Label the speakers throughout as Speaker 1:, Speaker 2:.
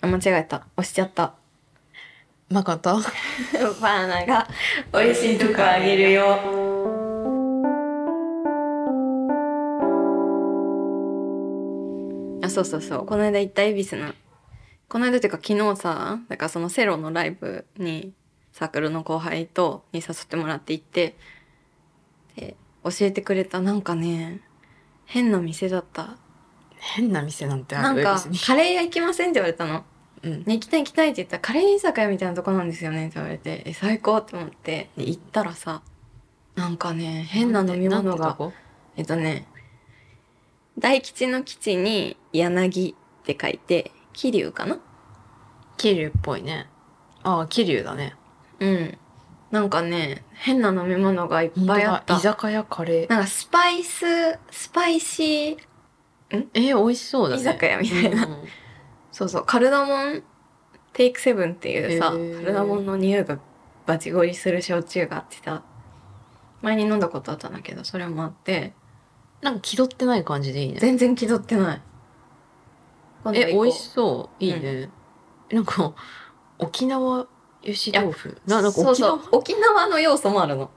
Speaker 1: あ間違えた押しちゃった
Speaker 2: まこと
Speaker 1: バーナが美味しいとこあげるよ。あ、そうそうそう。この間行った恵比寿の、この間っていうか昨日さ、だからそのセロのライブにサークルの後輩とに誘ってもらって行って、で、教えてくれたなんかね、変な店だった。
Speaker 2: 変な店なんてあ
Speaker 1: な
Speaker 2: る
Speaker 1: んか
Speaker 2: 別に、
Speaker 1: カレー屋行きませんって言われたの。
Speaker 2: うん、
Speaker 1: ね、行きたい行きたいって言ったらカレー居酒屋みたいなとこなんですよねって言われてえ最高って思ってで行ったらさなんかね変な飲み
Speaker 2: ん
Speaker 1: 物
Speaker 2: てと
Speaker 1: が
Speaker 2: こ
Speaker 1: えっとね大吉の吉に柳って書いて桐生かな
Speaker 2: 桐生っぽいねああ桐生だね
Speaker 1: うんなんかね変な飲み物がいっぱいあった
Speaker 2: 居酒屋カレー
Speaker 1: なんかスパイススパイシー
Speaker 2: えー、美味しそうだね
Speaker 1: 居酒屋みたいな
Speaker 2: うん
Speaker 1: そうそうカルダモンテイクセブンっていうさ、
Speaker 2: へー
Speaker 1: カルダモンの匂いがバチゴリする焼酎があってさ前に飲んだことあったんだけどそれもあって
Speaker 2: なんか気取ってない感じでいいね
Speaker 1: 全然気取ってない今度行
Speaker 2: え
Speaker 1: こう
Speaker 2: 美味しそういいね、なんか沖縄ゆし豆腐ななんか
Speaker 1: そう
Speaker 2: 沖
Speaker 1: そ
Speaker 2: 縄
Speaker 1: う沖縄の要素もあるの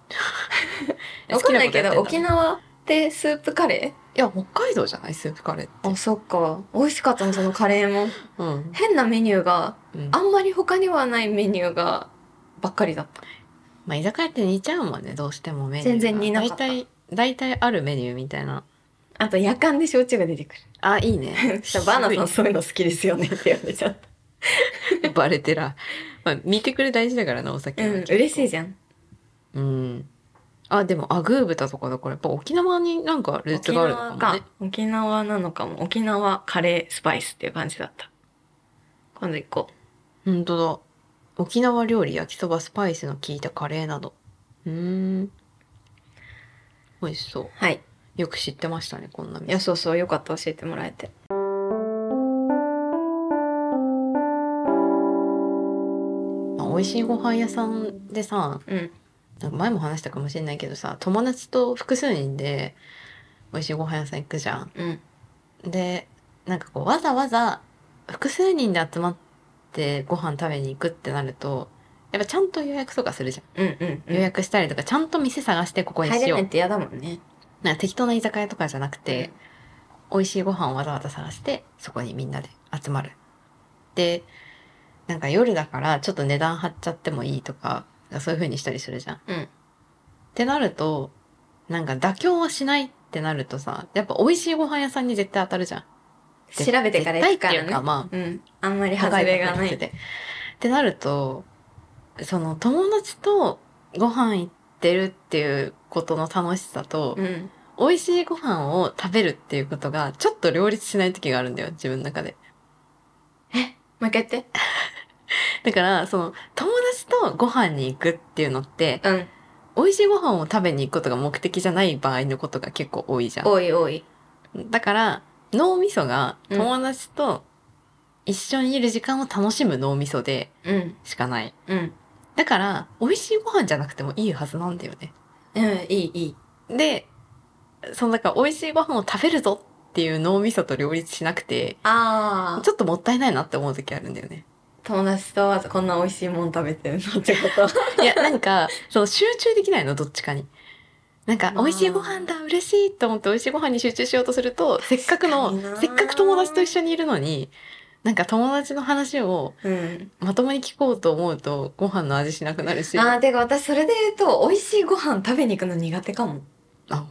Speaker 2: え
Speaker 1: わかんないけ
Speaker 2: 好き
Speaker 1: ど
Speaker 2: こと
Speaker 1: 沖
Speaker 2: やってんだ
Speaker 1: 縄ってスープカレ
Speaker 2: いや北海道じゃないスープカレーって
Speaker 1: ーあそっか美味しかったのそのカレーも
Speaker 2: うん、
Speaker 1: 変なメニューが
Speaker 2: うん
Speaker 1: あんまり他にはないメニューがばっかりだった
Speaker 2: まあ居酒屋って似ちゃうもんねどうしてもメニュー
Speaker 1: 全然似なかった
Speaker 2: 大体大体あるメニューみたいな
Speaker 1: あと夜間で焼酎が出てくる
Speaker 2: あいいね
Speaker 1: じゃあバーナさん そういうの好きですよねって言われちゃった
Speaker 2: 渋い バレてら、まあ、見てくれ大事だからなお酒
Speaker 1: うん、嬉しい
Speaker 2: じ
Speaker 1: じゃん。
Speaker 2: ゃんうんあでもアグー豚とかだからやっぱ沖縄になんかルーツがあるのかもね
Speaker 1: 沖縄なのかも。沖縄カレースパイスっていう感じだった。今度行こ
Speaker 2: 本当だ沖縄料理焼きそばスパイスの効いたカレーなどうーん美味しそう
Speaker 1: う。はい。
Speaker 2: よく知ってましたねこんない
Speaker 1: や、
Speaker 2: 店
Speaker 1: そうそう、よかった。教えてもらえて。
Speaker 2: まあ美味しいご飯屋さんでさ
Speaker 1: うん。
Speaker 2: なんか前も話したかもしれないけどさ友達と複数人で美味しいご飯屋さん行くじゃん
Speaker 1: うん。
Speaker 2: でなんかこうわざわざ複数人で集まってご飯食べに行くってなるとやっぱちゃんと予約とかするじゃ
Speaker 1: うんうん、
Speaker 2: ん予約したりとかちゃんと店探してここに
Speaker 1: 入
Speaker 2: し
Speaker 1: れ
Speaker 2: よ
Speaker 1: な
Speaker 2: う
Speaker 1: いって嫌だもんね。
Speaker 2: なんか適当な居酒屋とかじゃなくて、美味しいご飯をわざわざ探してそこにみんなで集まる。でなんか夜だからちょっと値段張っちゃってもいいとかそういう風にしたりするじゃん。
Speaker 1: うん
Speaker 2: ってなるとなんか妥協はしないってなるとさやっぱ美味しいご飯屋さんに絶対当たるじゃん。
Speaker 1: うん。調べてから行
Speaker 2: 絶
Speaker 1: くから
Speaker 2: 対っていうか
Speaker 1: ね。
Speaker 2: ま
Speaker 1: うん。あんまり
Speaker 2: あ
Speaker 1: 外れが
Speaker 2: 高
Speaker 1: な
Speaker 2: 確率
Speaker 1: い。
Speaker 2: でってなるとその友達とご飯行ってるっていうことの楽しさと、
Speaker 1: うん。
Speaker 2: 美味しいご飯を食べるっていうことがちょっと両立しない時があるんだよ自分の中で
Speaker 1: もう一回言って。
Speaker 2: だからその友達とご飯に行くっていうのって
Speaker 1: うん。
Speaker 2: 美味しいご飯を食べに行くことが目的じゃない場合のことが結構多いじゃ
Speaker 1: 多い多い。
Speaker 2: んだから脳みそが
Speaker 1: うん
Speaker 2: 友達と一緒にいる時間を楽しむ脳みそで
Speaker 1: うん。
Speaker 2: しかない
Speaker 1: うん。
Speaker 2: だから美味しいご飯じゃなくてもいいはずなんだよね
Speaker 1: うん、いいいい。
Speaker 2: でそのだから美味しいご飯を食べるぞっていう脳みそと両立しなくて
Speaker 1: ああ。
Speaker 2: ちょっともったいないなって思う時あるんだよね
Speaker 1: 友達とはこんな美味しいもん食べてるのってこと。
Speaker 2: いや、なんか、その集中できないの、どっちかに。なんか、
Speaker 1: まあ
Speaker 2: 美味しいご飯だ、嬉しいと思って、美味しいご飯に集中しようとすると、せっかくの
Speaker 1: 確かに、な
Speaker 2: せっかく友達と一緒にいるのに、なんか友達の話を
Speaker 1: うん。
Speaker 2: まともに聞こうと思うと、ご飯の味しなくなるし、
Speaker 1: あ
Speaker 2: あ、
Speaker 1: ーてか私それで言うと美味しいご飯食べに行くの苦手かも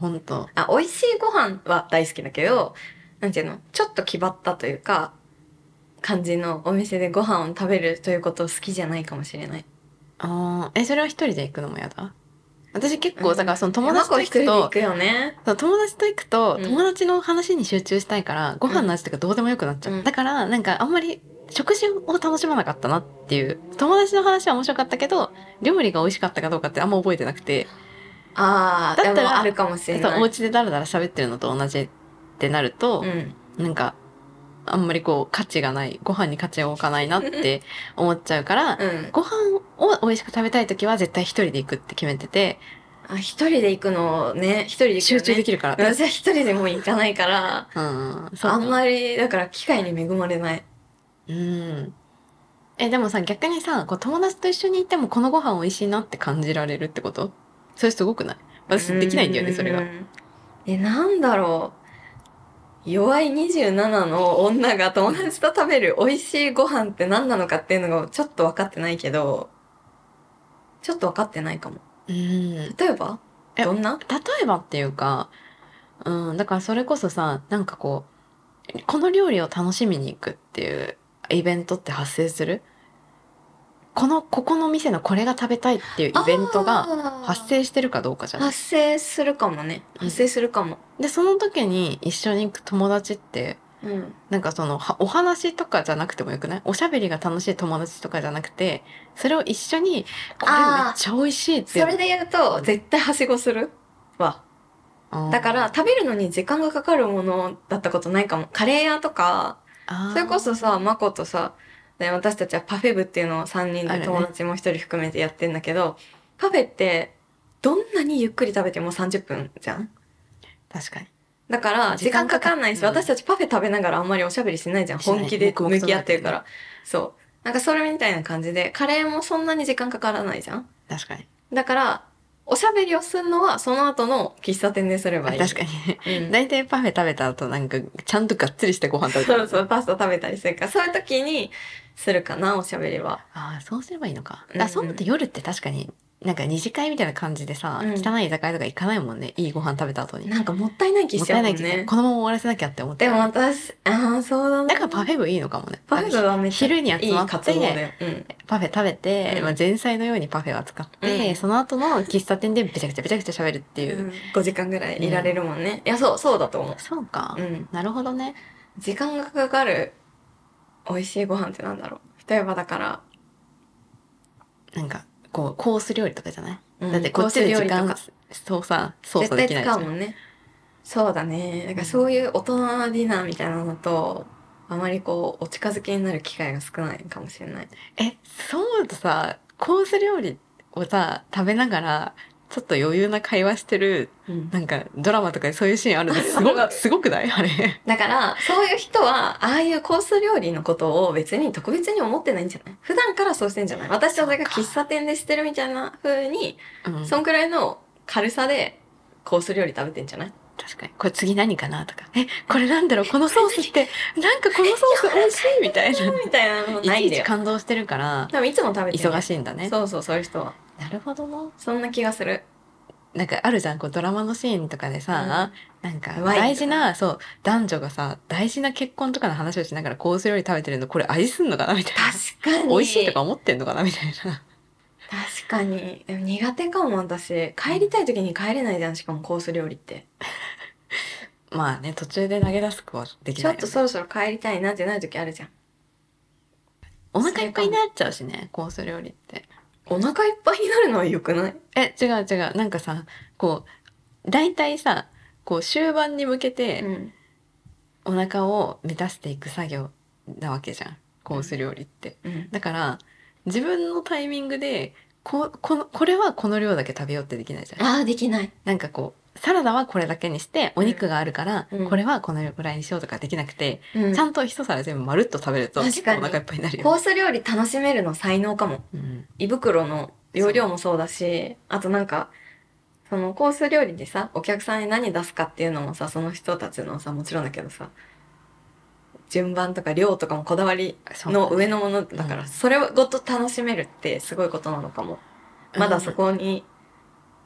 Speaker 2: ほんと。
Speaker 1: あ美味しいご飯は大好きだけどなんていうのちょっと気張ったというか感じのお店でご飯を食べるということを好きじゃないかもしれない
Speaker 2: あーえ、それは一人で行くのもやだ私結構、
Speaker 1: うん
Speaker 2: だからその友達と行く
Speaker 1: 山子
Speaker 2: と
Speaker 1: 一人、で行くよね
Speaker 2: そう友達と行くと
Speaker 1: うん
Speaker 2: 友達の話に集中したいから、ご飯の味とかどうでもよくなっちゃう、
Speaker 1: うん
Speaker 2: だからなんかあんまり食事を楽しまなかったなっていう友達の話は面白かったけど料理が美味しかったかどうかってあんま覚えてなくて
Speaker 1: ああ
Speaker 2: だ
Speaker 1: で
Speaker 2: ったら
Speaker 1: もあるかもしれ
Speaker 2: そう
Speaker 1: な
Speaker 2: お
Speaker 1: い
Speaker 2: 家でダラダラ喋ってるのと同じってなると
Speaker 1: う、ん
Speaker 2: なんかあんまりこう価値がないご飯に価値を置かないなって思っちゃうから、
Speaker 1: うん
Speaker 2: ご飯を美味しく食べたい時は絶対一人で行くって決めてて
Speaker 1: あ一人で行くのね一人で行くよ
Speaker 2: 集
Speaker 1: ね
Speaker 2: 中できるから、
Speaker 1: 私は一人でもう行かないから
Speaker 2: うん、そう
Speaker 1: あんまりだから機会に恵まれない
Speaker 2: うんえ、でもさ、逆にさ、こう友達と一緒にいてもこのご飯美味しいなって感じられるってことそれすごくない私できないんだよね、それ
Speaker 1: う
Speaker 2: が。
Speaker 1: ん。え、なんだろう。弱い27の女が友達と食べる美味しいご飯って何なのかっていうのがちょっと分かってないけど、ちょっと分かってないかも。
Speaker 2: うん。
Speaker 1: 例えば
Speaker 2: え
Speaker 1: どんな
Speaker 2: 例えばっていうか、うん、だからそれこそさ、なんかこう、この料理を楽しみに行くっていうイベントって発生するこの、ここの店のこれが食べたいっていうイベントが
Speaker 1: が
Speaker 2: 発生してるかどうかじゃない
Speaker 1: 発生するかもね。
Speaker 2: うん
Speaker 1: 発生するかも。
Speaker 2: で、その時に一緒に行く友達って、
Speaker 1: うん。
Speaker 2: なんかその、はお話とかじゃなくてもよくないおしゃべりが楽しい友達とかじゃなくて、それを一緒に、これ
Speaker 1: あー
Speaker 2: めっちゃ美味しいってい。
Speaker 1: そうれで言うと、絶対はしごするわ。
Speaker 2: うん、
Speaker 1: だから、食べるのに時間がかかるものだったことないかも。カレー屋とか、
Speaker 2: あー
Speaker 1: それこそさ、マコとさ、で私たちはパフェ部っていうのを3人
Speaker 2: ある
Speaker 1: で
Speaker 2: ね
Speaker 1: 友達も1人含めてやってんだけど、パフェってどんなにゆっくり食べても30分じゃん
Speaker 2: 確かに。
Speaker 1: だから時
Speaker 2: 時
Speaker 1: 間
Speaker 2: 間
Speaker 1: か
Speaker 2: かか
Speaker 1: かんないし、
Speaker 2: うん
Speaker 1: 私たちパフェ食べながらあんまりおしゃべりしないじゃん。
Speaker 2: しない
Speaker 1: 本気で
Speaker 2: 黙々
Speaker 1: 向
Speaker 2: と
Speaker 1: き合ってるから。そう。なんかそれみたいな感じで、カレーもそんなに時間かからないじゃん。
Speaker 2: 確かに。
Speaker 1: だから、おしゃべりをするのはその後の喫茶店ですればいい。
Speaker 2: 確か
Speaker 1: に。
Speaker 2: に。 大体パフェ食べた後なんか、ちゃんとがっつりしてご飯食べて
Speaker 1: そうそう、パスタ食べたりするから、そういう時にするかな、おしゃべりは。
Speaker 2: ああ、そうすればいいのか。
Speaker 1: うんうん
Speaker 2: あそう思って夜って確かに、なんか二次会みたいな感じでさ、
Speaker 1: うん
Speaker 2: 汚い居酒屋とか行かないもんね。いいご飯食べた後に。
Speaker 1: なんかもったいない気
Speaker 2: も
Speaker 1: し
Speaker 2: っ
Speaker 1: ちゃ
Speaker 2: た
Speaker 1: う
Speaker 2: い
Speaker 1: も
Speaker 2: なんいけど、
Speaker 1: ね。
Speaker 2: このまま終わらせなきゃって思って。
Speaker 1: でも私、ああ、そうだな。
Speaker 2: だからパフェ部いいのかもね。
Speaker 1: パフェがめっちゃ
Speaker 2: 昼に集ま
Speaker 1: いい
Speaker 2: っ
Speaker 1: 活
Speaker 2: て、
Speaker 1: 動だよ。うん。
Speaker 2: パフェ食べて、
Speaker 1: うん
Speaker 2: まあ、前菜のようにパフェを扱って、
Speaker 1: うん
Speaker 2: その後の喫茶店でべちゃくちゃべちゃくちゃ喋るっていう。
Speaker 1: うん5時間ぐらいいられるもんね。いや、そう、そうだと思う。
Speaker 2: そうか、
Speaker 1: うん。
Speaker 2: なるほどね。
Speaker 1: 時間がかかる美味しいご飯ってなんだろう。例えばだから、
Speaker 2: なんか、こう、コース料理とかじゃない、
Speaker 1: うん
Speaker 2: だってこっちで時
Speaker 1: コー
Speaker 2: 間
Speaker 1: ス、
Speaker 2: そうさ、操
Speaker 1: 絶
Speaker 2: 作で
Speaker 1: 対
Speaker 2: きない
Speaker 1: 使うもんね。そうだね。だからそういう大人のディナーみたいなのと、あまりこう、お近づきになる機会が少ないかもしれない。
Speaker 2: え、そう思うとさ、コース料理をさ、食べながら、ちょっと余裕な会話してる、
Speaker 1: うん
Speaker 2: なんかドラマとかでそういうシーンある のすご
Speaker 1: ある
Speaker 2: く、すごくないあれ。
Speaker 1: だから、そういう人は、ああいうコース料理のことを別に特別に思ってないんじゃない普段からそうしてんじゃない私たちが喫茶店でしてるみたいな風に、
Speaker 2: うん。
Speaker 1: そんくらいの軽さでコース料理食べてんじゃない
Speaker 2: 確かに。これ次何かなとか。え、これなんだろうこのソー スって、なんかこのソース美味しいみたいな。
Speaker 1: みたいなの
Speaker 2: い
Speaker 1: ない
Speaker 2: ち
Speaker 1: ん
Speaker 2: い
Speaker 1: だ
Speaker 2: ち
Speaker 1: よ。
Speaker 2: 感動してるから、
Speaker 1: 多分いつも食べてる。
Speaker 2: 忙しいんだね。
Speaker 1: そうそう、そういう人は。
Speaker 2: なるほどな。
Speaker 1: そんな気がする。
Speaker 2: なんかあるじゃん、こうドラマのシーンとかでさ、なんか
Speaker 1: ワインとか
Speaker 2: 大事な、そう、男女がさ、大事な結婚とかの話をしながらコース料理食べてるの、これ味すんのかなみたいな。
Speaker 1: 確かに。
Speaker 2: 美味しいとか思ってんのかなみたいな。
Speaker 1: 確かに。でも苦手かも、私。帰りたい時に帰れないじゃん、しかもコース料理って。
Speaker 2: まあね、途中で投げ出す子はでき
Speaker 1: ちょ
Speaker 2: な
Speaker 1: っ
Speaker 2: い、ね。
Speaker 1: とそろそろ帰りたいなってなる時あるじゃん。
Speaker 2: お腹いっぱいになっちゃうしね、コース料理って。
Speaker 1: お腹いっぱいになるのは良くない
Speaker 2: え、違う違う。なんかさ、こう、大体さ、こう終盤に向けて、
Speaker 1: うん。
Speaker 2: お腹を満たしていく作業なわけじゃん、コース料理って。
Speaker 1: うん。
Speaker 2: だから自分のタイミングでここのこれはこの量だけ食べようってできないじゃん。
Speaker 1: ああ、できない。
Speaker 2: なんかこうサラダはこれだけにしてお肉があるから、
Speaker 1: うん
Speaker 2: これはこのぐらいにしようとかできなくて、
Speaker 1: うん
Speaker 2: ちゃんと一皿全部まるっと食べると
Speaker 1: 確
Speaker 2: 結
Speaker 1: か
Speaker 2: 構
Speaker 1: に
Speaker 2: お腹いっぱいになる
Speaker 1: コ
Speaker 2: よ。
Speaker 1: ース料理楽しめるの才能かも。
Speaker 2: うん
Speaker 1: 胃袋の容量もそうだし、あとなんか、そのコース料理でさ、お客さんに何出すかっていうのもさ、その人たちのさ、もちろんだけどさ、順番とか量とかもこだわり
Speaker 2: そう
Speaker 1: の上のものだか
Speaker 2: う
Speaker 1: ら、
Speaker 2: ん
Speaker 1: それごと楽しめるってすごいことなのかも。まだそこに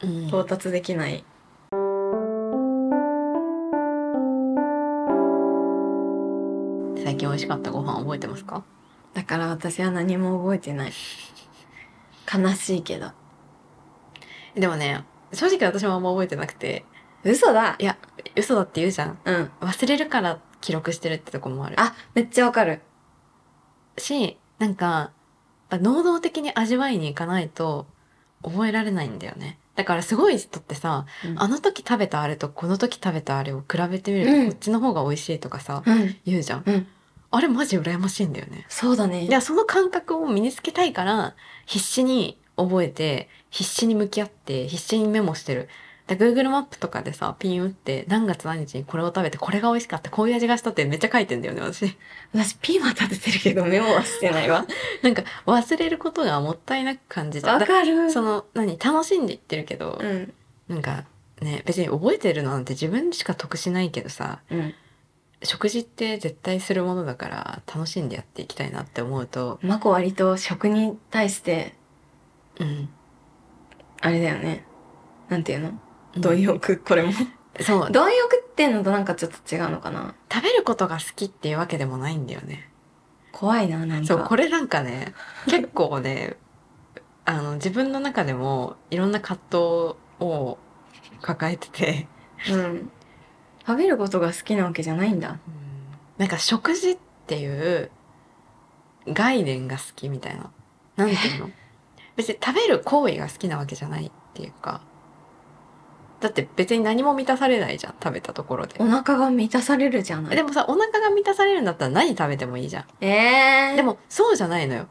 Speaker 2: うん
Speaker 1: 到達できない。
Speaker 2: 最近美味しかったご飯覚えてますか
Speaker 1: だから私は何も覚えてない。悲しいけど。
Speaker 2: でもね正直私もあんま覚えてなくて
Speaker 1: 嘘だ
Speaker 2: いや嘘だって言うじゃん
Speaker 1: うん。
Speaker 2: 忘れるから記録してるってとこもある
Speaker 1: あ、めっちゃわかる。
Speaker 2: し、なんか、やっぱ能動的に味わいに行かないと覚えられないんだよね。だからすごい人ってさ、
Speaker 1: うん
Speaker 2: あの時食べたあれとこの時食べたあれを比べてみると、
Speaker 1: うん
Speaker 2: こっちの方が美味しいとかさ、
Speaker 1: うん。
Speaker 2: 言うじゃん。
Speaker 1: うん
Speaker 2: あれマジ羨ましいんだよね。
Speaker 1: そうだね
Speaker 2: い。や、その感覚を身につけたいから、必死に覚えて、必死に向き合って、必死にメモしてる。だだから Google マップとかでさ、ピン打って、何月何日にこれを食べて、これが美味しかった、こういう味がしたってめっちゃ書いてんだよね、私。
Speaker 1: 私ピーマン立ててるけどメモはしてないわ
Speaker 2: なんか、忘れることがもったいなく感じた。
Speaker 1: わかる
Speaker 2: その、何、楽しんでいってるけど
Speaker 1: う、ん
Speaker 2: なんか、ね、別に覚えてるのなんて自分しか得しないけどさ、
Speaker 1: うん
Speaker 2: 食事って絶対するものだから、楽しんでやっていきたいなって思うと、
Speaker 1: マコ割と食に対して
Speaker 2: うん。
Speaker 1: あれだよねなんていうの貪欲これも
Speaker 2: そ う、
Speaker 1: 貪欲っていうのとなんかちょっと違うのかな
Speaker 2: 食べることが好きっていうわけでもないんだよね。
Speaker 1: 怖いななんか
Speaker 2: そう、これなんかね、結構ね、あの、自分の中でもいろんな葛藤を抱えてて、
Speaker 1: うん食べることが好きなわけじゃないんだ
Speaker 2: なんか食事っていう概念が好きみたいな。なんていうの 別に食べる行為が好きなわけじゃないっていうか、だって別に何も満たされないじゃん、食べたところで
Speaker 1: お。腹が満たされるじゃない
Speaker 2: でもさ、お腹が満たされるんだったら何食べてもいいじゃん。
Speaker 1: えー、
Speaker 2: でもそうじゃないのよ。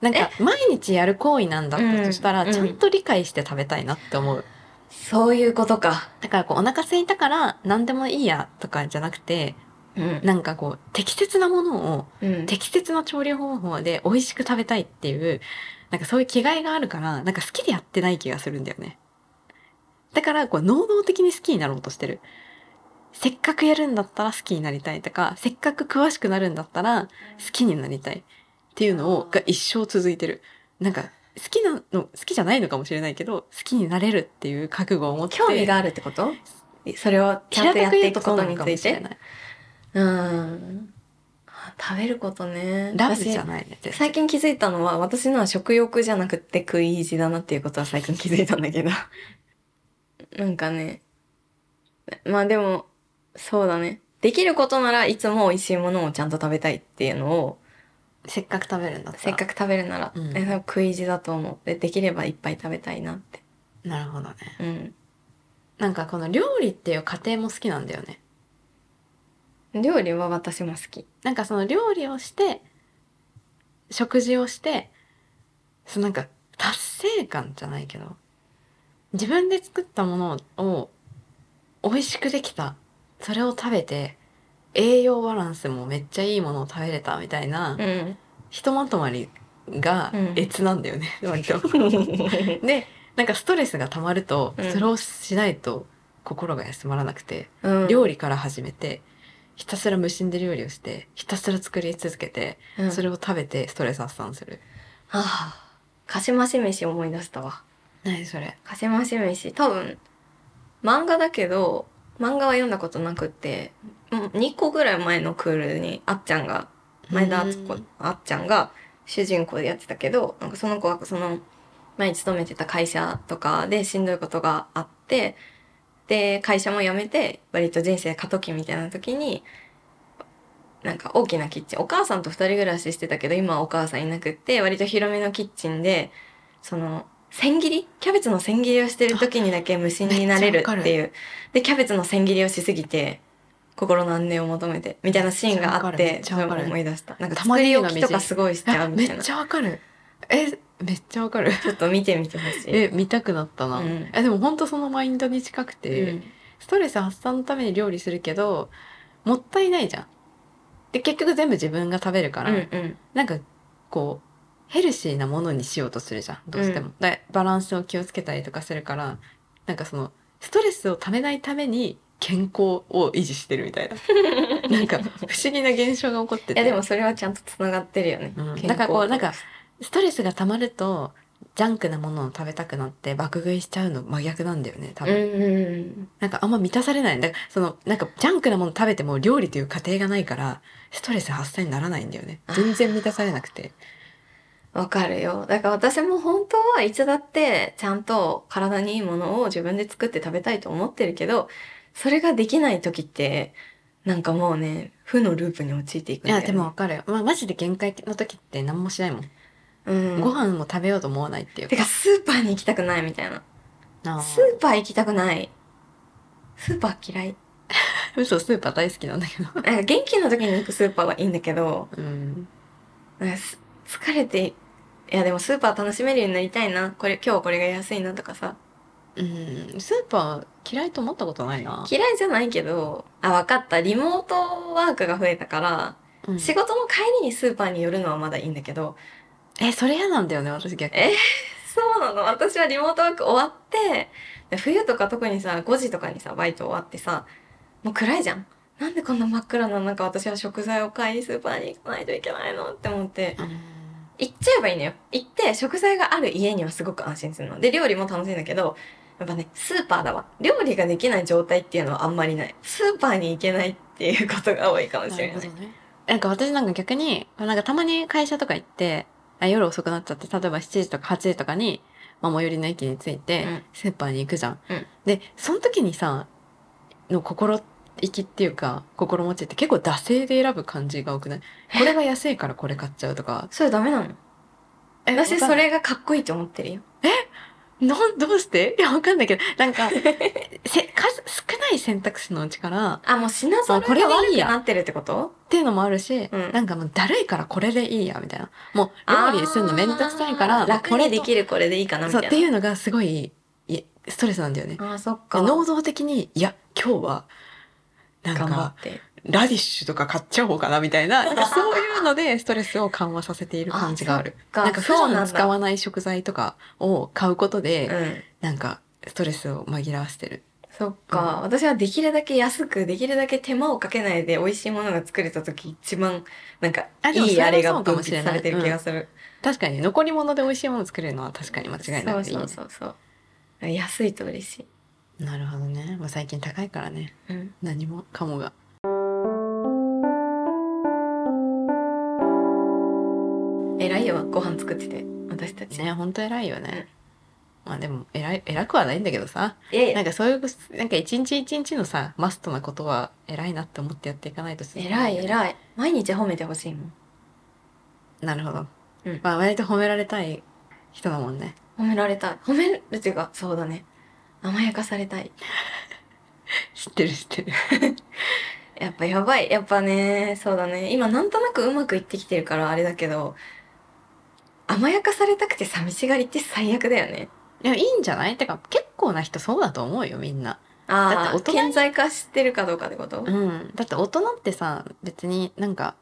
Speaker 2: なんか毎日やる行為なんだったとしたら、
Speaker 1: うん
Speaker 2: ちゃんと理解して食べたいなって思う。
Speaker 1: そういうことか
Speaker 2: だからこうお腹空いたから何でもいいやとかじゃなくて、
Speaker 1: うん
Speaker 2: なんかこう適切なものを
Speaker 1: うん
Speaker 2: 適切な調理方法で美味しく食べたいっていう、なんかそういう気概があるから、なんか好きでやってない気がするんだよね。だからこう能動的に好きになろうとしてる。せっかくやるんだったら好きになりたいとか、せっかく詳しくなるんだったら好きになりたいっていうのをが一生続いてるなんか好きなの好きじゃないのかもしれないけど好きになれるっていう覚悟を持って
Speaker 1: 興味があるってことそれをちゃんとやっていくことについてうん食べることね
Speaker 2: ラブじゃないね
Speaker 1: 私最近気づいたのは私のは食欲じゃなくて食い意地だなっていうことは最近気づいたんだけど なんかねまあでもそうだねできることならいつも美味しいものをちゃんと食べたいっていうのを
Speaker 2: せっかく食べるんだった
Speaker 1: せっかく食べるなら、
Speaker 2: うん
Speaker 1: えでも食い意地だと思うでできればいっぱい食べたいなって
Speaker 2: くなるほどね
Speaker 1: うん
Speaker 2: なんかこの料理っていう過程も好きなんだよね
Speaker 1: 料理は私も好き
Speaker 2: なんかその料理をして食事をしてそのなんか達成感じゃないけど自分で作ったものを美味しくできたそれを食べて栄養バランスもめっちゃいいものを食べれたみたいな、
Speaker 1: うん
Speaker 2: ひとまとまりが
Speaker 1: うん
Speaker 2: 越なんだよね、割 とでなんかストレスがたまると
Speaker 1: うん
Speaker 2: それをしないと心が休まらなくて、
Speaker 1: うん
Speaker 2: 料理から始めてひたすら無心で料理をしてひたすら作り続けて、
Speaker 1: うん
Speaker 2: それを食べてストレス発散する
Speaker 1: はあ、かしまし飯思い出したわ。
Speaker 2: 何それ
Speaker 1: かしまし飯、多分、漫画だけど、漫画は読んだことなくて、2個ぐらい前のクールに、あっちゃんが、前田敦子
Speaker 2: うん、
Speaker 1: あっちゃんが主人公でやってたけど、なんかその子はその、前に勤めてた会社とかでしんどいことがあって、で、会社も辞めて、割と人生過渡期みたいな時に、なんか大きなキッチン、お母さんと二人暮らししてたけど、今はお母さんいなくって、割と広めのキッチンで、その、千切りキャベツの千切りをしてる時にだけ無心になれるっていう。で、キャベツの千切りをしすぎて、心の安寧を求めて、みたいなシーンがあっ
Speaker 2: め
Speaker 1: て
Speaker 2: っ、ち
Speaker 1: そ
Speaker 2: ゃ
Speaker 1: れ
Speaker 2: わ
Speaker 1: も
Speaker 2: かる
Speaker 1: 思い出した。なんか
Speaker 2: 玉
Speaker 1: 作
Speaker 2: ねぎ
Speaker 1: り
Speaker 2: が
Speaker 1: 置きとかすごいしちゃ
Speaker 2: あ
Speaker 1: う
Speaker 2: め
Speaker 1: みたい
Speaker 2: っ
Speaker 1: な。
Speaker 2: ち
Speaker 1: ち
Speaker 2: ゃわかるえめっちゃわかる
Speaker 1: ょっと見てみてほしい。
Speaker 2: え見たくなったな、
Speaker 1: うん
Speaker 2: えでも本当そのマインドに近くて、
Speaker 1: うん
Speaker 2: ストレス発散のために料理するけどもったいないじゃんで結局全部自分が食べるから、
Speaker 1: うんうん
Speaker 2: なんかこうヘルシーなものにしようとするじゃんどうしても、だバランスを気をつけたりとかするからなんかそのストレスをためないために健康を維持してるみたい ななんか不思議な現象が起こってて
Speaker 1: いやでもそれはちゃんとつながってるよね。
Speaker 2: う
Speaker 1: 健
Speaker 2: ん
Speaker 1: 康
Speaker 2: だからこうなんかストレスがたまるとジャンクなものを食べたくなって爆食いしちゃうの真逆なんだよね多
Speaker 1: うん
Speaker 2: 分、
Speaker 1: うん
Speaker 2: なんかあんま満たされないだからそのなんかジャンクなもの食べても料理という過程がないからストレス発散にならないんだよね全然満たされなくて
Speaker 1: うんわかるよ。だから私も本当はいつだってちゃんと体にいいものを自分で作って食べたいと思ってるけど、それができない時って、なんかもうね、負のループに陥っていくんだ
Speaker 2: い
Speaker 1: よ、
Speaker 2: や
Speaker 1: ね。
Speaker 2: でもわかるよ、まあ、マジで限界の時って何もしないもん、
Speaker 1: うん、
Speaker 2: ご飯も食べようと思わないっていう
Speaker 1: てかスーパーに行きたくないみたいな。
Speaker 2: あ
Speaker 1: スーパー行きたくない。スーパー嫌い。
Speaker 2: ー嘘スーパー大好きなんだけど
Speaker 1: なんか元気な時に行くスーパーはいいんだけど、
Speaker 2: うん
Speaker 1: なんかす疲れていやでもスーパー楽しめるようになりたいなこれ今日はこれが安いなとかさ
Speaker 2: うん、スーパー嫌いと思ったことないな。
Speaker 1: 嫌いじゃないけど、あ、わかった。リモートワークが増えたから、
Speaker 2: うん
Speaker 1: 仕事の帰りにスーパーに寄るのはまだいいんだけど、
Speaker 2: え、それ嫌なんだよね、私逆に。
Speaker 1: えそうなの私はリモートワーク終わって、で冬とか特にさ、5時とかにさ、バイト終わってさ、もう暗いじゃん。なんでこんな真っ暗な中私は食材を買いにスーパーに行かないといけないのって思って、
Speaker 2: うん
Speaker 1: 行っちゃえばいいのよ。行って、食材がある家にはすごく安心するの。で、料理も楽しいんだけど、やっぱね、スーパーだわ。料理ができない状態っていうのはあんまりない。スーパーに行けないっていうことが多いかもし
Speaker 2: な
Speaker 1: れ
Speaker 2: る
Speaker 1: ない。
Speaker 2: ほどね。なんか私なんか逆に、なんかたまに会社とか行って、あ夜遅くなっちゃって、例えば7時とか8時とかに、まあ、最寄りの駅に着いて
Speaker 1: うん、
Speaker 2: スーパーに行くじゃん。
Speaker 1: うん
Speaker 2: で、その時にさ、の心意気っていうか、心持ちって結構惰性で選ぶ感じが多くないこれが安いからこれ買っちゃうとか。
Speaker 1: それダメなの
Speaker 2: え
Speaker 1: 私それがかっこいいと思ってるよ。
Speaker 2: なん、どうしていや、わかんないけど、な んか、せ、数、少ない選択肢のうちから、
Speaker 1: あ、もう品揃
Speaker 2: あこ
Speaker 1: え
Speaker 2: れ
Speaker 1: が
Speaker 2: はい
Speaker 1: 悪
Speaker 2: い
Speaker 1: く
Speaker 2: や
Speaker 1: なってるってこと
Speaker 2: っていうのもあるし、
Speaker 1: うん
Speaker 2: なんかもうだるいからこれでいいや、みたいな。もう、料理するのめんどくさいから、
Speaker 1: あー楽
Speaker 2: これ
Speaker 1: に
Speaker 2: で
Speaker 1: できるこれでいいかなみた
Speaker 2: そ、
Speaker 1: いうな。
Speaker 2: っていうのがすごい、いえストレスなんだよね。
Speaker 1: あー、そっか。
Speaker 2: 能動的に、いや、今日は、なん
Speaker 1: 頑張
Speaker 2: か
Speaker 1: っ、て。
Speaker 2: ラディッシュとか買っちゃおうかな、みたいな、なんかそういうのでストレスを緩和させている感じがある。
Speaker 1: か
Speaker 2: なんか普
Speaker 1: そうなん
Speaker 2: 段
Speaker 1: だ
Speaker 2: 使わない食材とかを買うことで、
Speaker 1: うん。
Speaker 2: なんか、ストレスを紛らわしてる。
Speaker 1: そっか、私はできるだけ安く、できるだけ手間をかけないで美味しいものが作れた時一番、なんか、
Speaker 2: あでも
Speaker 1: いいあれが
Speaker 2: それはそうか
Speaker 1: 分
Speaker 2: もしれ
Speaker 1: 泌
Speaker 2: な
Speaker 1: さ
Speaker 2: い
Speaker 1: れてる気がする。
Speaker 2: 確かに残り物で美味しいもの作れるのは確かに間違いなくていい、
Speaker 1: そ
Speaker 2: ね
Speaker 1: う、そうそうそう。安いと嬉しい。
Speaker 2: なるほどねもう最近高いからね
Speaker 1: うん。
Speaker 2: 何もかもが
Speaker 1: 偉いよ、ご飯作ってて、私たち。
Speaker 2: ね本当偉いよね、まあでも偉い偉くはないんだけどさ
Speaker 1: いやいや
Speaker 2: なんかそういうなんか一日一日のさマストなことは偉いなって思ってやっていかないと進ま
Speaker 1: 偉
Speaker 2: な
Speaker 1: い
Speaker 2: よね
Speaker 1: 偉い。毎日褒めてほしいもん。
Speaker 2: なるほど、
Speaker 1: うん
Speaker 2: まあ割と褒められたい人だもんね
Speaker 1: 褒められたい。褒めるっていうか、そうだね。甘やかされたい。
Speaker 2: 知ってる知ってる
Speaker 1: やっぱやばい。やっぱね、そうだね。今なんとなくうまくいってきてるからあれだけど、甘やかされたくて寂しがりって最悪だよね。
Speaker 2: いやいいんじゃないてか結構な人そうだと思うよみんな
Speaker 1: あ
Speaker 2: だ
Speaker 1: あ、
Speaker 2: って大人に
Speaker 1: 顕在化してるかどうかってこと、
Speaker 2: うん、だって大人ってさ別になんか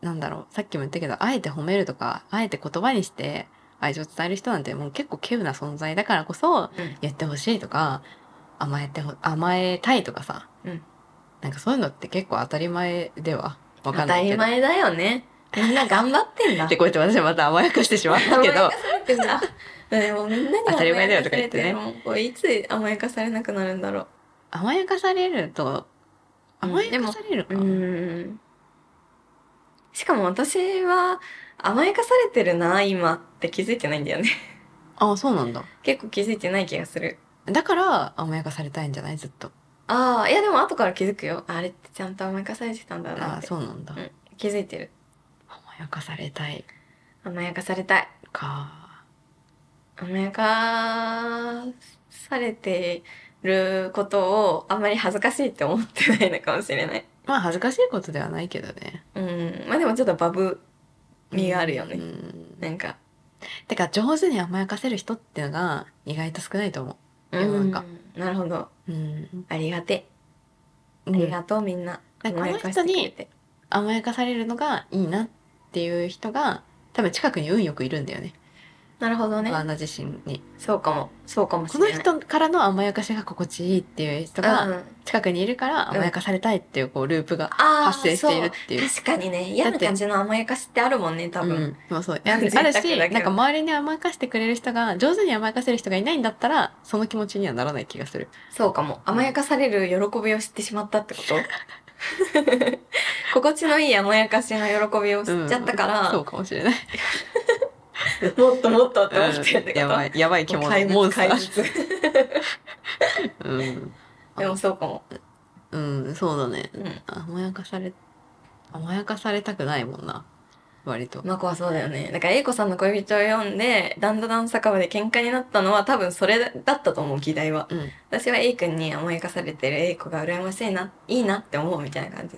Speaker 2: なんだろうさっきも言ったけどあえて褒めるとかあえて言葉にして愛情を伝える人なんてもう結構稀有な存在だからこそ言ってほしいとか甘えてほ甘えたいとかさ、
Speaker 1: うん
Speaker 2: なんかそういうのって結構当たり前ではわ
Speaker 1: 当
Speaker 2: かん
Speaker 1: た
Speaker 2: ない
Speaker 1: り
Speaker 2: けど。
Speaker 1: 前だよね。みんな頑張ってんだ。
Speaker 2: で こうやって私はまた甘やかしてしまったけ
Speaker 1: 甘や
Speaker 2: ど
Speaker 1: かされてん だ。でもみんなに
Speaker 2: 当たり前だよとか言ってね
Speaker 1: 甘やかされてるもういつ甘やかされなくなるんだろ
Speaker 2: 甘やかされると
Speaker 1: うん
Speaker 2: 甘やかされるか、
Speaker 1: う。うん。しかも私は甘やかされてるな、今って気づいてないんだよね。
Speaker 2: ああそうなんだ
Speaker 1: 結構気づいてない気がする。
Speaker 2: だから甘やかされたいんじゃないずっと
Speaker 1: ああ、いやでも後から気づくよ。あれってちゃんと甘やかされてたんだな
Speaker 2: あ
Speaker 1: っ
Speaker 2: あ
Speaker 1: て。
Speaker 2: そうなんだ、
Speaker 1: うん気づいてる。
Speaker 2: 甘やかされたい
Speaker 1: 甘やかされたい。
Speaker 2: か
Speaker 1: 甘やかされてることをあんまり恥ずかしいって思ってないのかもしれない。
Speaker 2: まあ恥ずかしいことではないけどね。
Speaker 1: うん。まあでもちょっとバブ味があるよ
Speaker 2: う
Speaker 1: ね。
Speaker 2: ん
Speaker 1: なんか。
Speaker 2: てか上手に甘やかせる人っていうのが意外と少ないと思いやなんか
Speaker 1: うなるほど。
Speaker 2: う。うん。
Speaker 1: ありがて。あ
Speaker 2: う
Speaker 1: り
Speaker 2: ん
Speaker 1: がとうみんな。
Speaker 2: なんかこの人に
Speaker 1: 甘やかしてくれて
Speaker 2: 甘やかされるのがいいなっていう人が多分近くに運よくいるんだよね。
Speaker 1: なるほどね
Speaker 2: ワ。ーナ自身に。
Speaker 1: そうかも。そうかもし
Speaker 2: こ
Speaker 1: れな
Speaker 2: の
Speaker 1: い。
Speaker 2: 人からの甘やかしが心地いいっていう人が
Speaker 1: うん
Speaker 2: 近くにいるから甘やかされたいっていうこうループが
Speaker 1: あー
Speaker 2: 発生しているっていう。
Speaker 1: 確かにね嫌
Speaker 2: だ
Speaker 1: な
Speaker 2: って
Speaker 1: 感じの甘やかしってあるもんね多
Speaker 2: う
Speaker 1: 分、
Speaker 2: ん、まあそうあ
Speaker 1: 贅
Speaker 2: る
Speaker 1: 沢だけど
Speaker 2: しなんか周りに甘やかしてくれる人が上手に甘やかせる人がいないんだったらその気持ちにはならない気がする
Speaker 1: そうかも甘やかされる喜びを知ってしまったって こと心地のいい甘やかしの喜びを知っちゃったか
Speaker 2: うん
Speaker 1: ら、
Speaker 2: そうかもしれない
Speaker 1: もっともっとって思ってるんだけ
Speaker 2: や
Speaker 1: ど、
Speaker 2: ばいやばい獣
Speaker 1: 怪物
Speaker 2: モンスタ
Speaker 1: 怪
Speaker 2: ー、
Speaker 1: 物
Speaker 2: うん、
Speaker 1: でもそうかも、
Speaker 2: うんそうだね
Speaker 1: うん、
Speaker 2: 甘やかされ甘やかされたくないもんな割と
Speaker 1: マコはそうだよねだから英子さんの恋人を読んでダンダダン酒場で喧嘩になったのは多分それだったと思う議題は
Speaker 2: うん
Speaker 1: 私は A 君に甘やかされてる A 子が羨ましいないいなって思うみたいな感じ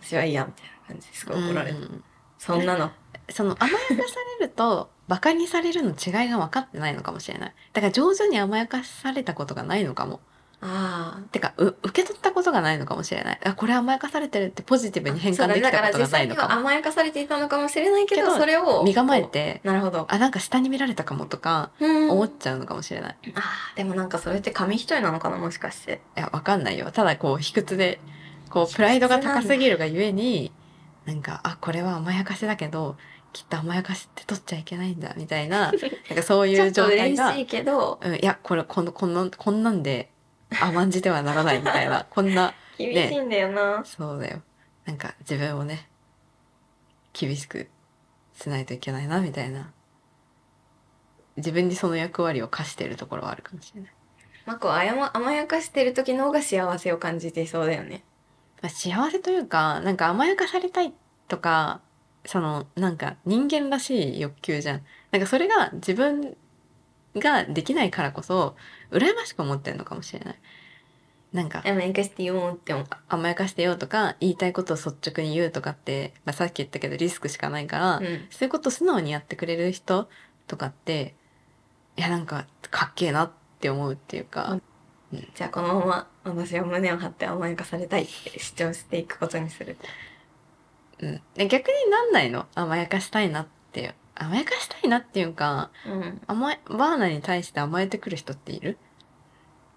Speaker 1: 私は嫌みたいな感じですごい怒られた、
Speaker 2: うん
Speaker 1: そんなの
Speaker 2: その甘やかされると バカにされるの違いが分かってないのかもしれない。だから上手に甘やかされたことがないのかも。
Speaker 1: あ
Speaker 2: てか、う受け取ったことがないのかもしれない。あ、これ甘やかされてるってポジティブ
Speaker 1: あ
Speaker 2: に変換できたことがないの
Speaker 1: そうだねだから実際には
Speaker 2: か
Speaker 1: 甘やかされていたのかもしれないけど
Speaker 2: けど
Speaker 1: それを
Speaker 2: も。身構えて、
Speaker 1: なるほど
Speaker 2: あ、なんか下に見られたかもとか、
Speaker 1: うん
Speaker 2: 思っちゃうのかもしれない。い
Speaker 1: あーでもなんかそれって紙一重なのかなもしかして
Speaker 2: や、わかんないよ。ただこう、卑屈で、こう、プライドが高すぎるがゆえに、なんか、あ、これは甘やかしだけど、きっと甘やかしって取っちゃいけないんだ、みたいな、なんかそ う
Speaker 1: ち
Speaker 2: い
Speaker 1: ょ
Speaker 2: う
Speaker 1: っと
Speaker 2: 状態
Speaker 1: 嬉
Speaker 2: が
Speaker 1: しいけど
Speaker 2: うん、いや、これ、この、こんなん、こんなんで甘んじてはならないみたいな、こんな、
Speaker 1: 厳しいんだよな、
Speaker 2: そうだよ。なんか自分をね、厳しくしないといけないな、みたいな。自分にその役割を課してるところはあるかもしれない。
Speaker 1: まあこうあやま甘やかしてる時の方が幸せを感じていそうだよね
Speaker 2: まあ、幸せというか、なんか甘やかされたいとか、その、なんか人間らしい欲求じゃん。なんかそれが自分ができないからこそ、羨ましく思ってるのかもしれない。なんか、
Speaker 1: 甘やかしてようって思う
Speaker 2: 甘やかしてよとか言いたいことを率直に言うとかって、まあ、さっき言ったけどリスクしかないから、
Speaker 1: うん
Speaker 2: そういうことを素直にやってくれる人とかっていやなんかかっけえなって思うっていうか、
Speaker 1: じゃあこのまま私は胸を張って甘やかされたいって主張していくことにする
Speaker 2: うん、で逆になんないの甘やかしたいなって甘やかしたいなっていうか
Speaker 1: うん
Speaker 2: 甘えバーナに対して甘えてくる人っている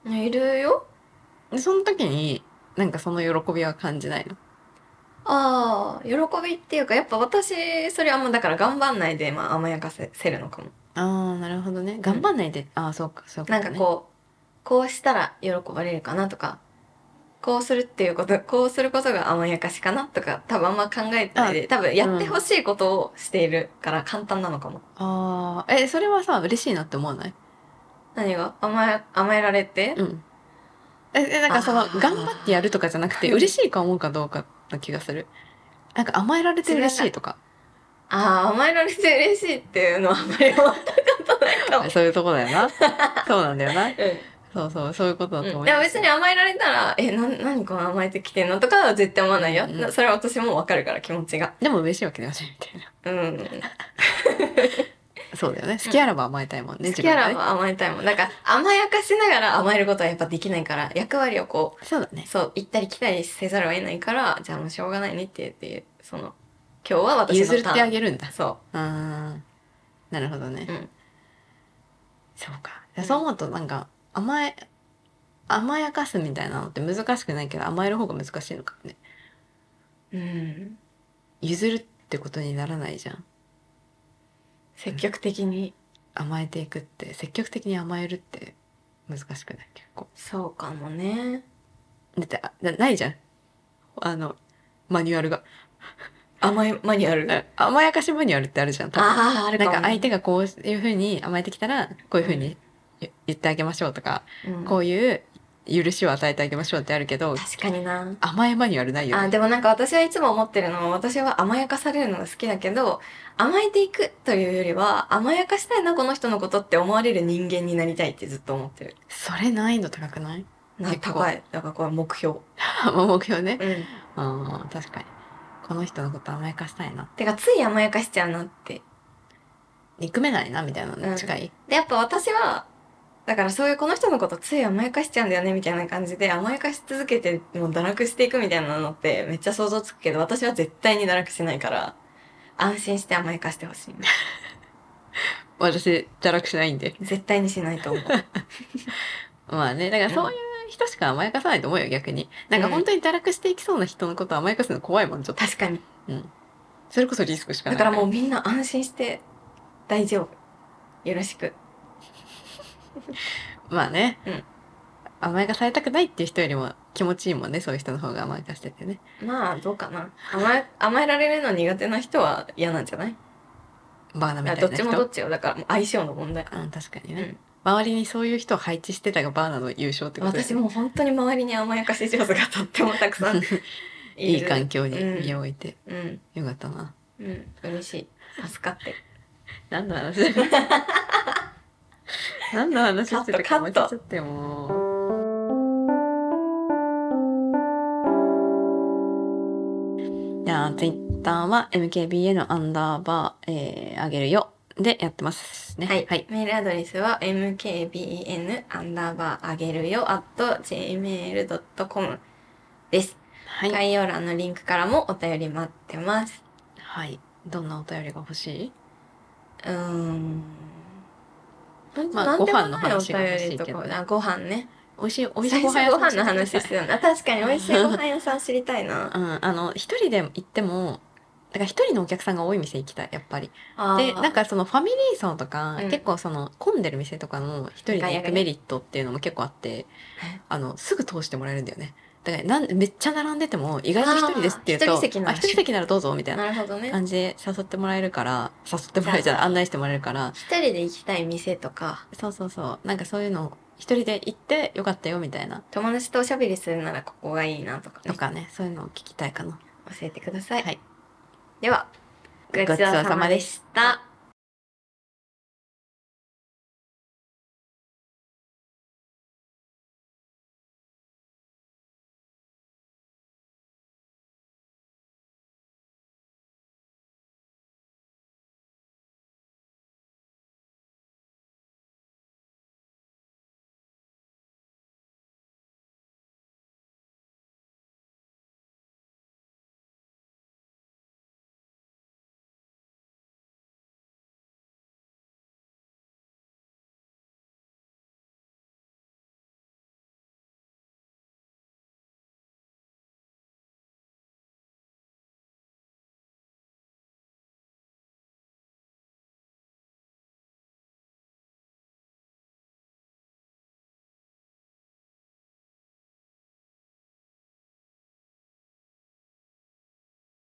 Speaker 1: いるよ
Speaker 2: でその時になんかその喜びは感じないの
Speaker 1: ああ喜びっていうかやっぱ私それあんまだから頑張んないで、まあ、甘やかせせるのかも
Speaker 2: あーなるほどね頑張んないで、ああそうかそう
Speaker 1: なん
Speaker 2: ね
Speaker 1: かこうこうしたら喜ばれるかなとかこうするっていうことこうすることが甘やかしかなとか多分あんま考えてないで多分やってほしいことをしているから簡単なのかも、
Speaker 2: あーえそれはさ嬉しいなって思わない
Speaker 1: 何が甘え甘えられて、
Speaker 2: うん。え、えなんかその
Speaker 1: あ、ー
Speaker 2: 頑張ってやるとかじゃなくて、嬉しいか思うかどうかな気がする。なんか甘えられて嬉しいとか。
Speaker 1: ああ甘えられて嬉しいっていうのはあんまり思ったことないかも、
Speaker 2: そういうとこだよな。そうなんだよな。
Speaker 1: うん
Speaker 2: そうそう、そういうことだと思う。
Speaker 1: うん、でも別に甘えられたら「えな何この甘えてきてんの?」とかは絶対思わないよ、
Speaker 2: うんうん
Speaker 1: それは私もわかるから気持ちが
Speaker 2: でも嬉しいわけではないみたいな。
Speaker 1: うん
Speaker 2: そうだよね。好きあらば甘えたいもんね、
Speaker 1: 好きやら
Speaker 2: 自分がね
Speaker 1: ば甘えたいもんなんか甘やかしながら甘えることはやっぱできないから役割をこ
Speaker 2: そうだ
Speaker 1: う
Speaker 2: ね。
Speaker 1: そう行ったり来たりせざるを得ないからじゃあもうしょうがないねって言ってその今日は私のター
Speaker 2: 譲
Speaker 1: ン
Speaker 2: ってあげるんだ。
Speaker 1: そう
Speaker 2: ーん。なるほどね。
Speaker 1: う、うん、
Speaker 2: そうか。そう思うとなんか、甘え、甘やかすみたいなのって難しくないけど、甘える方が難しいのかもね。
Speaker 1: うん、
Speaker 2: 譲るってことにならないじゃん。
Speaker 1: 積極的に
Speaker 2: 甘えていくって積極的に甘えるって難しくない結構
Speaker 1: そうかもね
Speaker 2: だってあなないじゃんあのマニュアルが
Speaker 1: 甘えマニュアル
Speaker 2: あ甘やかしマニュアルってあるじゃん多分
Speaker 1: あああるか
Speaker 2: な
Speaker 1: も
Speaker 2: んか相
Speaker 1: 手、
Speaker 2: 手がこういうふうに甘えてきたらこういうふうに言言ってあげましょうとか、
Speaker 1: うん
Speaker 2: こういう許しを与えてあげましょうってあるけど
Speaker 1: 確かにな
Speaker 2: 甘えマニュアルないよ
Speaker 1: あ
Speaker 2: ね
Speaker 1: でもなんか私はいつも思ってるのは私は甘やかされるのが好きだけど甘えていくというよりは甘やかしたいなこの人のことって思われる人間になりたいってずっと思ってる。
Speaker 2: それ難易度高くない
Speaker 1: な
Speaker 2: 結構
Speaker 1: 高いだからこれ目標。
Speaker 2: 目標ね
Speaker 1: うん、
Speaker 2: うん確かにこの人のこと甘やかしたいな
Speaker 1: てかつい甘やかしちゃうなって。
Speaker 2: 憎めないなみたいなのに近い、
Speaker 1: でやっぱ私はだからそういうこの人のことつい甘やかしちゃうんだよねみたいな感じで甘やかし続けてもう堕落していくみたいなのってめっちゃ想像つくけど私は絶対に堕落しないから安心して甘やかしてほしい。
Speaker 2: 私堕落しないんで
Speaker 1: 絶対にしないと思う。
Speaker 2: まあね、だからそういう人しか甘やかさないと思うよ、逆に。なんか
Speaker 1: うん
Speaker 2: 本当に堕落していきそうな人のこと甘やかすの怖いもん、ちょっと。
Speaker 1: 確かに。
Speaker 2: それこそリスクしかな
Speaker 1: だ
Speaker 2: い。
Speaker 1: からもうみんな安心して大丈夫よろしく
Speaker 2: まあね、
Speaker 1: うん
Speaker 2: 甘やかされたくないっていう人よりも気持ちいいもんね、そういう人の方が甘やかしててね。
Speaker 1: まあどうかな甘え甘えられるの苦手な人は嫌なんじゃない
Speaker 2: バーナみ
Speaker 1: だ
Speaker 2: たい
Speaker 1: から
Speaker 2: な
Speaker 1: どっち
Speaker 2: 人。
Speaker 1: もどっちよだからもう相性の問題
Speaker 2: うん、確かに
Speaker 1: う
Speaker 2: ね、
Speaker 1: ん
Speaker 2: 周りにそういう人を配置してたがバーナの優勝ってことだよね
Speaker 1: 私もう本当に周りに甘やかし上手がとってもたくさんい
Speaker 2: いい
Speaker 1: る
Speaker 2: 環境に身を置いて、
Speaker 1: うん
Speaker 2: よかったな。
Speaker 1: うん嬉しい助かってる
Speaker 2: 何の話何の話してたか
Speaker 1: カ
Speaker 2: 忘
Speaker 1: ッ
Speaker 2: れ
Speaker 1: ト
Speaker 2: ち
Speaker 1: カ
Speaker 2: ゃ
Speaker 1: ット
Speaker 2: ってもう。じゃあ、ツイッターは MKBN アンダーバー、えー、あげるよ。でやってますね。
Speaker 1: はい、
Speaker 2: はい。
Speaker 1: メールアドレスは mkben アンダーバーあげるよ at gmail.com です、
Speaker 2: はい。
Speaker 1: 概要欄のリンクからもお便り待ってます。
Speaker 2: はい。どんなお便りが欲し
Speaker 1: うーん。
Speaker 2: まあ
Speaker 1: なんでも
Speaker 2: ご飯の
Speaker 1: ないお
Speaker 2: 話が欲
Speaker 1: 便
Speaker 2: し
Speaker 1: り
Speaker 2: い
Speaker 1: と
Speaker 2: けど
Speaker 1: か、あご飯ね。
Speaker 2: い美味しい、美味し
Speaker 1: 最
Speaker 2: いご
Speaker 1: 初
Speaker 2: 飯屋
Speaker 1: ご
Speaker 2: さん
Speaker 1: 飯の話ですよね。確かに美味しいご飯屋さん知りたい な。
Speaker 2: うん。あの、一人で行っても、だから一人のお客さんが多い店行きたい、やっぱり。
Speaker 1: あ
Speaker 2: で、
Speaker 1: ー
Speaker 2: なんかそのファミリー層とか、
Speaker 1: うん
Speaker 2: 結構その混んでる店とかの一人で行くメリットっていうのも結構あって
Speaker 1: はい、
Speaker 2: あの、すぐ通してもらえるんだよね。だからなん、めっちゃ並んでても、意外と一人ですって言うと、
Speaker 1: あー一人席なら
Speaker 2: あ一人席ならどうぞ、みたいな
Speaker 1: なるほどね。
Speaker 2: 感じで誘ってもらえるから、誘ってもらえるじゃ
Speaker 1: じ
Speaker 2: な
Speaker 1: ゃあ
Speaker 2: い案内してもらえるから、
Speaker 1: 一人で行きたい店とか、
Speaker 2: そうそうそう、なんかそういうのを一人で行ってよかったよ、みたいな、
Speaker 1: 友達とおしゃべりするならここがいいなとかね、
Speaker 2: とかね、そういうのを聞きたいかな。
Speaker 1: 教えてください。
Speaker 2: はい
Speaker 1: では、ご
Speaker 2: ご
Speaker 1: ち
Speaker 2: ち
Speaker 1: そ
Speaker 2: そう
Speaker 1: さ
Speaker 2: うさ
Speaker 1: ま
Speaker 2: ま
Speaker 1: で
Speaker 2: で
Speaker 1: した。